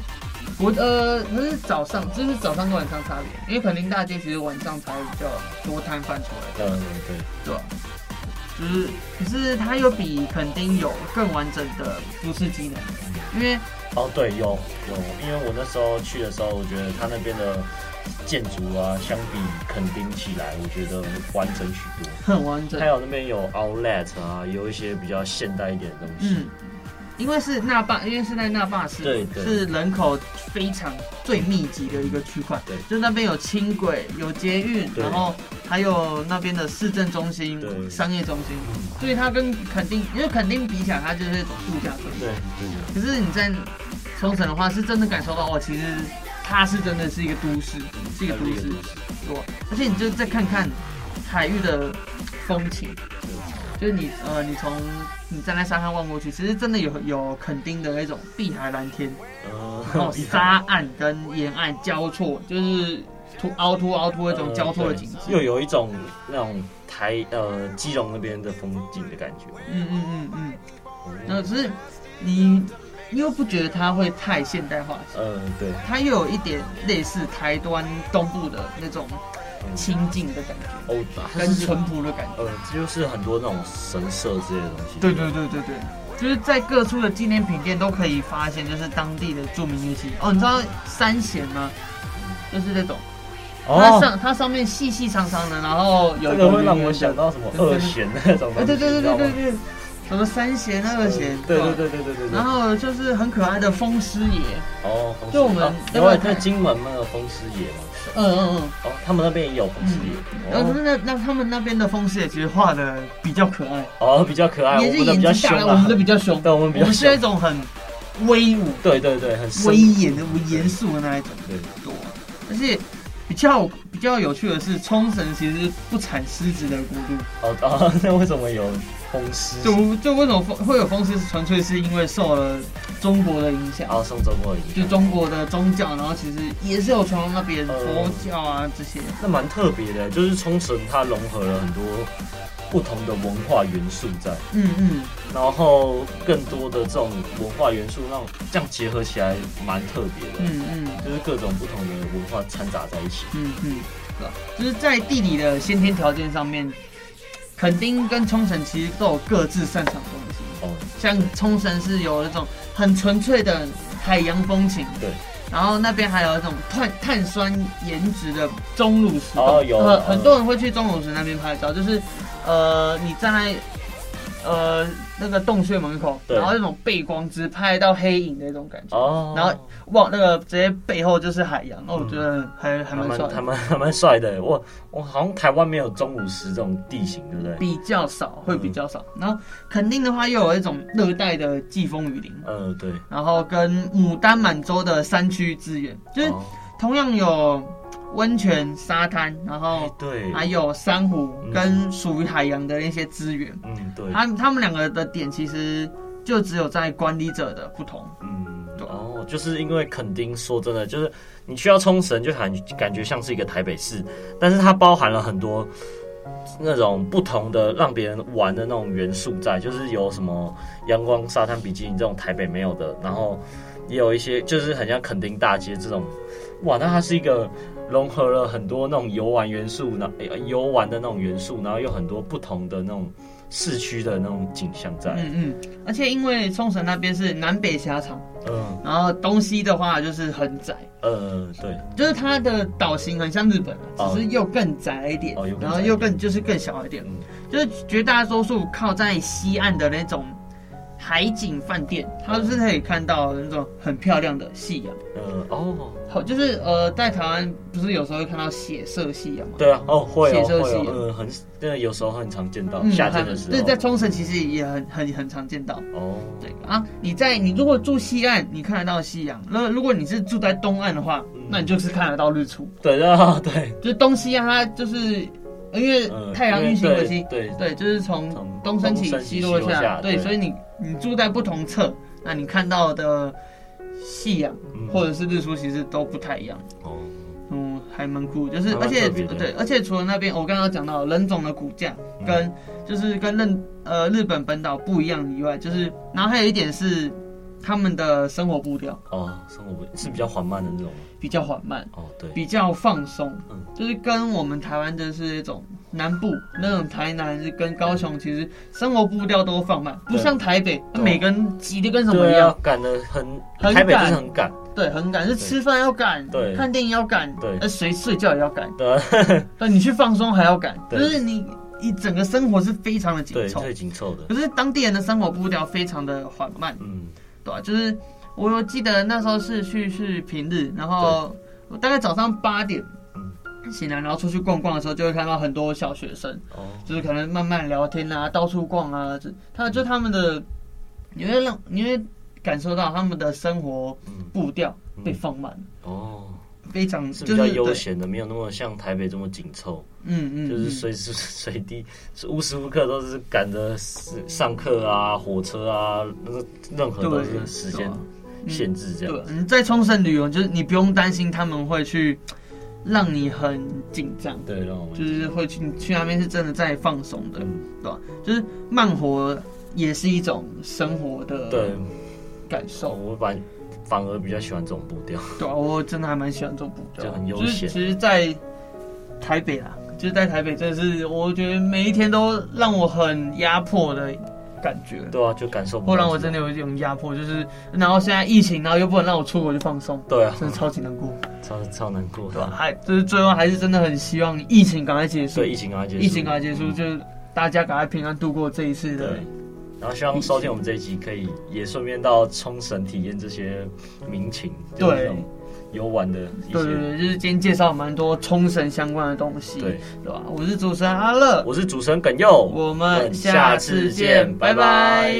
[SPEAKER 3] 国呃，可是早上就是早上跟晚上差别，因为垦丁大街其实晚上才比较多摊贩出来，
[SPEAKER 2] 嗯，对，
[SPEAKER 3] 对吧？就是，可是它又比垦丁有更完整的服饰机能，因为
[SPEAKER 2] 哦对，有有，因为我那时候去的时候，我觉得它那边的建筑啊，相比垦丁起来，我觉得完整许多。
[SPEAKER 3] 很完整
[SPEAKER 2] 还。有那边有 Outlet 啊，有一些比较现代一点的东西
[SPEAKER 3] 嗯。，因为是那霸，因为是在那霸市，
[SPEAKER 2] 对对
[SPEAKER 3] 是人口非常最密集的一个区块，
[SPEAKER 2] 对
[SPEAKER 3] 就那边有轻轨，有捷运，
[SPEAKER 2] 对
[SPEAKER 3] 然后还有那边的市政中心、
[SPEAKER 2] 对
[SPEAKER 3] 商业中心，
[SPEAKER 2] 嗯，
[SPEAKER 3] 所以它跟垦丁，因为垦丁比起来，它就是度假村，
[SPEAKER 2] 对，对，
[SPEAKER 3] 可是你在冲绳的话，是真的感受到哦，其实它是真的是一个都市，是一个都
[SPEAKER 2] 它是一个
[SPEAKER 3] 市
[SPEAKER 2] 都市，
[SPEAKER 3] 对。而且你就再看看海域的风情，就是你呃，你从你站在沙滩望过去，其实真的有有垦丁的那种碧海 蓝天，
[SPEAKER 2] 嗯，
[SPEAKER 3] 然后沙岸跟沿岸交错，就是凸凹凸凹凸那
[SPEAKER 2] 呃
[SPEAKER 3] 种交错的景
[SPEAKER 2] 又
[SPEAKER 3] 致。
[SPEAKER 2] 有一种那种台呃基隆那边的风景的感觉。
[SPEAKER 3] 嗯嗯嗯嗯，那
[SPEAKER 2] 嗯，
[SPEAKER 3] 只是你你又不觉得它会太现代化，
[SPEAKER 2] 呃，对，
[SPEAKER 3] 它又有一点类似台湾东部的那种
[SPEAKER 2] 嗯
[SPEAKER 3] 清静的感觉，
[SPEAKER 2] 哦，它
[SPEAKER 3] 跟
[SPEAKER 2] 是
[SPEAKER 3] 淳朴的感觉。
[SPEAKER 2] 呃，就是很多那种神社之类的东西。
[SPEAKER 3] 对对对对对，就是在各处的纪念品店都可以发现，就是当地的著名乐器。哦，你知道三弦吗？就是这种，它
[SPEAKER 2] 哦，
[SPEAKER 3] 上它上面细细长长的，然后有
[SPEAKER 2] 这
[SPEAKER 3] 一
[SPEAKER 2] 个会
[SPEAKER 3] 圆
[SPEAKER 2] 让
[SPEAKER 3] 圆
[SPEAKER 2] 我想
[SPEAKER 3] 的。
[SPEAKER 2] 到什么二弦那种
[SPEAKER 3] 哎，
[SPEAKER 2] 东西，
[SPEAKER 3] 对对对
[SPEAKER 2] 你知道
[SPEAKER 3] 对
[SPEAKER 2] 吗
[SPEAKER 3] 对对，什么三弦、二弦，
[SPEAKER 2] 哎对对
[SPEAKER 3] 吧。
[SPEAKER 2] 对对对对对
[SPEAKER 3] 然。后就是很可爱的风师爷，
[SPEAKER 2] 哦，风
[SPEAKER 3] 就我们
[SPEAKER 2] 另外
[SPEAKER 3] 那个
[SPEAKER 2] 在金门那个风师爷嘛，
[SPEAKER 3] 嗯嗯嗯，
[SPEAKER 2] 哦，他们那边也有风师爷，
[SPEAKER 3] 然后
[SPEAKER 2] 哦
[SPEAKER 3] 那那他们那边的风师爷其实画的比较可爱，
[SPEAKER 2] 哦，比较可爱，
[SPEAKER 3] 也
[SPEAKER 2] 我
[SPEAKER 3] 是
[SPEAKER 2] 们的比较
[SPEAKER 3] 眼睛
[SPEAKER 2] 凶
[SPEAKER 3] 大，我
[SPEAKER 2] 啊
[SPEAKER 3] 们的，比较凶，
[SPEAKER 2] 对，我们比
[SPEAKER 3] 我
[SPEAKER 2] 较
[SPEAKER 3] 们是那
[SPEAKER 2] 凶，
[SPEAKER 3] 种很威武、
[SPEAKER 2] 对对对，很
[SPEAKER 3] 威
[SPEAKER 2] 严，
[SPEAKER 3] 严的、严肃的那一种
[SPEAKER 2] 对，
[SPEAKER 3] 多。而且比较比较有趣的是，冲绳其实不产狮子的国度，
[SPEAKER 2] 哦哦， 那为什么有风师？
[SPEAKER 3] 就就为什么风会有风狮，纯粹是因为受了中国的影响
[SPEAKER 2] 然，后哦宋周末
[SPEAKER 3] 就
[SPEAKER 2] 影响，
[SPEAKER 3] 中国的宗教，然后其实也是有传到那边
[SPEAKER 2] 哦
[SPEAKER 3] 佛教啊这些。
[SPEAKER 2] 那蛮特别的，就是冲绳它融合了很多不同的文化元素在，
[SPEAKER 3] 嗯嗯，
[SPEAKER 2] 然后更多的这种文化元素让这样结合起来蛮特别的，
[SPEAKER 3] 嗯嗯
[SPEAKER 2] 就是各种不同的文化掺杂在一起。
[SPEAKER 3] 嗯嗯，是吧？就是在地理的先天条件上面，垦丁跟冲绳其实都有各自擅长的东西。
[SPEAKER 2] 哦，
[SPEAKER 3] 像冲绳是有那种很纯粹的海洋风情，
[SPEAKER 2] 对，
[SPEAKER 3] 然后那边还有一种碳碳酸盐质的钟乳石洞，
[SPEAKER 2] 哦有
[SPEAKER 3] 很
[SPEAKER 2] 嗯
[SPEAKER 3] 很多人会去钟乳石那边拍照，就是呃你站在呃那个洞穴门口，
[SPEAKER 2] 对
[SPEAKER 3] 然后那种背光之拍到黑影的那种感觉，
[SPEAKER 2] 哦，
[SPEAKER 3] 然后哇那个直接背后就是海洋，哦我觉得还还
[SPEAKER 2] 嗯还
[SPEAKER 3] 蛮
[SPEAKER 2] 蛮
[SPEAKER 3] 帅
[SPEAKER 2] 还
[SPEAKER 3] 的，
[SPEAKER 2] 蛮还蛮帅的。我我好像台湾没有钟乳石这种地形，对不对？
[SPEAKER 3] 比较少会比较少，
[SPEAKER 2] 嗯
[SPEAKER 3] 然后垦丁的话又有一种热带的季风雨林。
[SPEAKER 2] 呃，对，
[SPEAKER 3] 然后跟牡丹满洲的山区资源，就是
[SPEAKER 2] 哦
[SPEAKER 3] 同样有温泉、沙滩，然
[SPEAKER 2] 哎
[SPEAKER 3] 后
[SPEAKER 2] 对，
[SPEAKER 3] 还有珊瑚
[SPEAKER 2] 嗯
[SPEAKER 3] 跟属于海洋的那些资源。
[SPEAKER 2] 嗯对，
[SPEAKER 3] 它它们两个的点其实就只有在管理者的不同。
[SPEAKER 2] 嗯
[SPEAKER 3] 对啊
[SPEAKER 2] 哦，就是因为垦丁，说真的，就是你去到冲绳，就感感觉像是一个台北市，但是它包含了很多那种不同的让别人玩的那种元素在，就是有什么阳光沙滩比基尼这种台北没有的，然后也有一些就是很像垦丁大街这种，哇，那它是一个融合了很多那种游玩元素，然呃游玩的那种元素，然后有很多不同的那种市区的那种景象在，
[SPEAKER 3] 嗯嗯，而且因为冲绳那边是南北狭长，
[SPEAKER 2] 嗯
[SPEAKER 3] 然后东西的话就是很窄，
[SPEAKER 2] 呃对，
[SPEAKER 3] 就是它的岛型很像日本啊，
[SPEAKER 2] 哦
[SPEAKER 3] 只是又更窄一点，
[SPEAKER 2] 哦又更
[SPEAKER 3] 然
[SPEAKER 2] 窄
[SPEAKER 3] 后
[SPEAKER 2] 一
[SPEAKER 3] 又
[SPEAKER 2] 点
[SPEAKER 3] 更就是更小一点，
[SPEAKER 2] 嗯
[SPEAKER 3] 就是绝大多数靠在西岸的那种海景饭店，它就是可以看到那种很漂亮的夕阳。
[SPEAKER 2] 呃哦。
[SPEAKER 3] 好，就是呃，在台湾不是有时候会看到血色夕阳吗？
[SPEAKER 2] 对啊，哦，会
[SPEAKER 3] 血
[SPEAKER 2] 哦，
[SPEAKER 3] 色
[SPEAKER 2] 会
[SPEAKER 3] 系
[SPEAKER 2] 哦，嗯，很，真的有时候很常见到，
[SPEAKER 3] 嗯，
[SPEAKER 2] 夏天
[SPEAKER 3] 还
[SPEAKER 2] 的时
[SPEAKER 3] 对，
[SPEAKER 2] 候，
[SPEAKER 3] 在冲绳其实也很很很常见到。
[SPEAKER 2] 哦，
[SPEAKER 3] 对啊，你在你如果住西岸，你看得到夕阳；那如果你是住在东岸的话，
[SPEAKER 2] 嗯
[SPEAKER 3] 那你就是看得到日出。
[SPEAKER 2] 对啊， 对，
[SPEAKER 3] 就是东西岸它就是因为
[SPEAKER 2] 嗯，
[SPEAKER 3] 太阳运行关系，
[SPEAKER 2] 对对
[SPEAKER 3] 对，就是从
[SPEAKER 2] 从
[SPEAKER 3] 东升
[SPEAKER 2] 东
[SPEAKER 3] 起
[SPEAKER 2] 升起
[SPEAKER 3] 西落
[SPEAKER 2] 西落
[SPEAKER 3] 下，
[SPEAKER 2] 下
[SPEAKER 3] 对，
[SPEAKER 2] 对
[SPEAKER 3] 所以你你住在不同侧，那你看到的夕阳
[SPEAKER 2] 嗯
[SPEAKER 3] 或者是日出其实都不太一样。
[SPEAKER 2] 哦，
[SPEAKER 3] 嗯，还蛮酷，就是
[SPEAKER 2] 还蛮
[SPEAKER 3] 而且
[SPEAKER 2] 特别的
[SPEAKER 3] 对，而且除了那边，我刚刚讲到人种的骨架
[SPEAKER 2] 嗯
[SPEAKER 3] 跟、就是跟日呃日本本岛不一样以外，就是然后还有一点是他们的生活步调
[SPEAKER 2] 哦，生活不是比较缓慢的那种吗，
[SPEAKER 3] 比较缓慢，
[SPEAKER 2] 哦，对，
[SPEAKER 3] 比较放松，
[SPEAKER 2] 嗯
[SPEAKER 3] 就是跟我们台湾就是那种南部那种台南跟高雄，其实生活步调都放慢，不
[SPEAKER 2] 对
[SPEAKER 3] 像台北
[SPEAKER 2] 对
[SPEAKER 3] 每个人急得跟什么一
[SPEAKER 2] 对啊
[SPEAKER 3] 样，，
[SPEAKER 2] 赶的很，
[SPEAKER 3] 很
[SPEAKER 2] 台北
[SPEAKER 3] 赶
[SPEAKER 2] 就是很赶，
[SPEAKER 3] 对，很赶，是吃饭要赶，
[SPEAKER 2] 啊对
[SPEAKER 3] 看电影要赶，
[SPEAKER 2] 对
[SPEAKER 3] 那谁睡觉也要赶。
[SPEAKER 2] 对啊，
[SPEAKER 3] 但你去放松还要赶，就
[SPEAKER 2] 对
[SPEAKER 3] 是你一整个生活是非常的紧
[SPEAKER 2] 对，
[SPEAKER 3] 凑。
[SPEAKER 2] 最紧凑的，
[SPEAKER 3] 可是当地人的生活步调非常的缓慢，
[SPEAKER 2] 嗯，
[SPEAKER 3] 对吧、就是我有记得那时候是去是平日，然后我大概早上八点
[SPEAKER 2] 嗯
[SPEAKER 3] 醒来，然后出去逛逛的时候，就会看到很多小学生，
[SPEAKER 2] 哦，
[SPEAKER 3] 就是可能慢慢聊天啊，到处逛啊，这他就他们的，你会让你会感受到他们的生活
[SPEAKER 2] 嗯，
[SPEAKER 3] 步调被放慢，
[SPEAKER 2] 哦，
[SPEAKER 3] 非常
[SPEAKER 2] 是
[SPEAKER 3] 就
[SPEAKER 2] 比较
[SPEAKER 3] 是
[SPEAKER 2] 悠
[SPEAKER 3] 对
[SPEAKER 2] 闲的，没有那么像台北这么紧凑，
[SPEAKER 3] 嗯嗯，
[SPEAKER 2] 就是
[SPEAKER 3] 嗯
[SPEAKER 2] 随时随地是无时无刻都是赶着是上课啊、火车啊，那个任何都
[SPEAKER 3] 对
[SPEAKER 2] 是时
[SPEAKER 3] 对
[SPEAKER 2] 间
[SPEAKER 3] 啊
[SPEAKER 2] 限制这
[SPEAKER 3] 对
[SPEAKER 2] 样，。
[SPEAKER 3] 你在冲绳旅游，就是你不用担心他们会去让你很紧张，
[SPEAKER 2] 对，让我们
[SPEAKER 3] 就是会去去那边是真的在放松的，
[SPEAKER 2] 嗯
[SPEAKER 3] 对吧？就是慢活也是一种生活
[SPEAKER 2] 对
[SPEAKER 3] 的，感受，
[SPEAKER 2] 我反反而比较喜欢这种步 调。
[SPEAKER 3] 对啊，我真的还蛮喜欢这种步调，
[SPEAKER 2] 就很悠
[SPEAKER 3] 就是
[SPEAKER 2] 闲
[SPEAKER 3] 其实，在台北啦，就是在台北，真的是我觉得每一天都让我很压迫的感觉。
[SPEAKER 2] 对啊，就感受不
[SPEAKER 3] 会
[SPEAKER 2] 到。
[SPEAKER 3] 让我真的有一种压迫，就是，然后现在疫情，然后又不能让我出国去放松，
[SPEAKER 2] 对啊，
[SPEAKER 3] 真的超级难 过。
[SPEAKER 2] 超超难过
[SPEAKER 3] 对吧？啊
[SPEAKER 2] 的。
[SPEAKER 3] 还就是最后还是真的很希望疫情赶快结束
[SPEAKER 2] 所，以疫情赶快结束，嗯
[SPEAKER 3] 疫情赶快结束，就是大家赶快平安度过这一次的
[SPEAKER 2] 对。然后希望收听我们这一集，可以也顺便到冲绳体验这些民情，就是
[SPEAKER 3] 对
[SPEAKER 2] 这种游玩的一
[SPEAKER 3] 对对
[SPEAKER 2] 些。
[SPEAKER 3] 对，就是今天介绍蛮多冲绳相关的东西，
[SPEAKER 2] 对，
[SPEAKER 3] 对吧？我是主持人阿乐，
[SPEAKER 2] 我是主持人耿佑，
[SPEAKER 3] 我们下次见，拜拜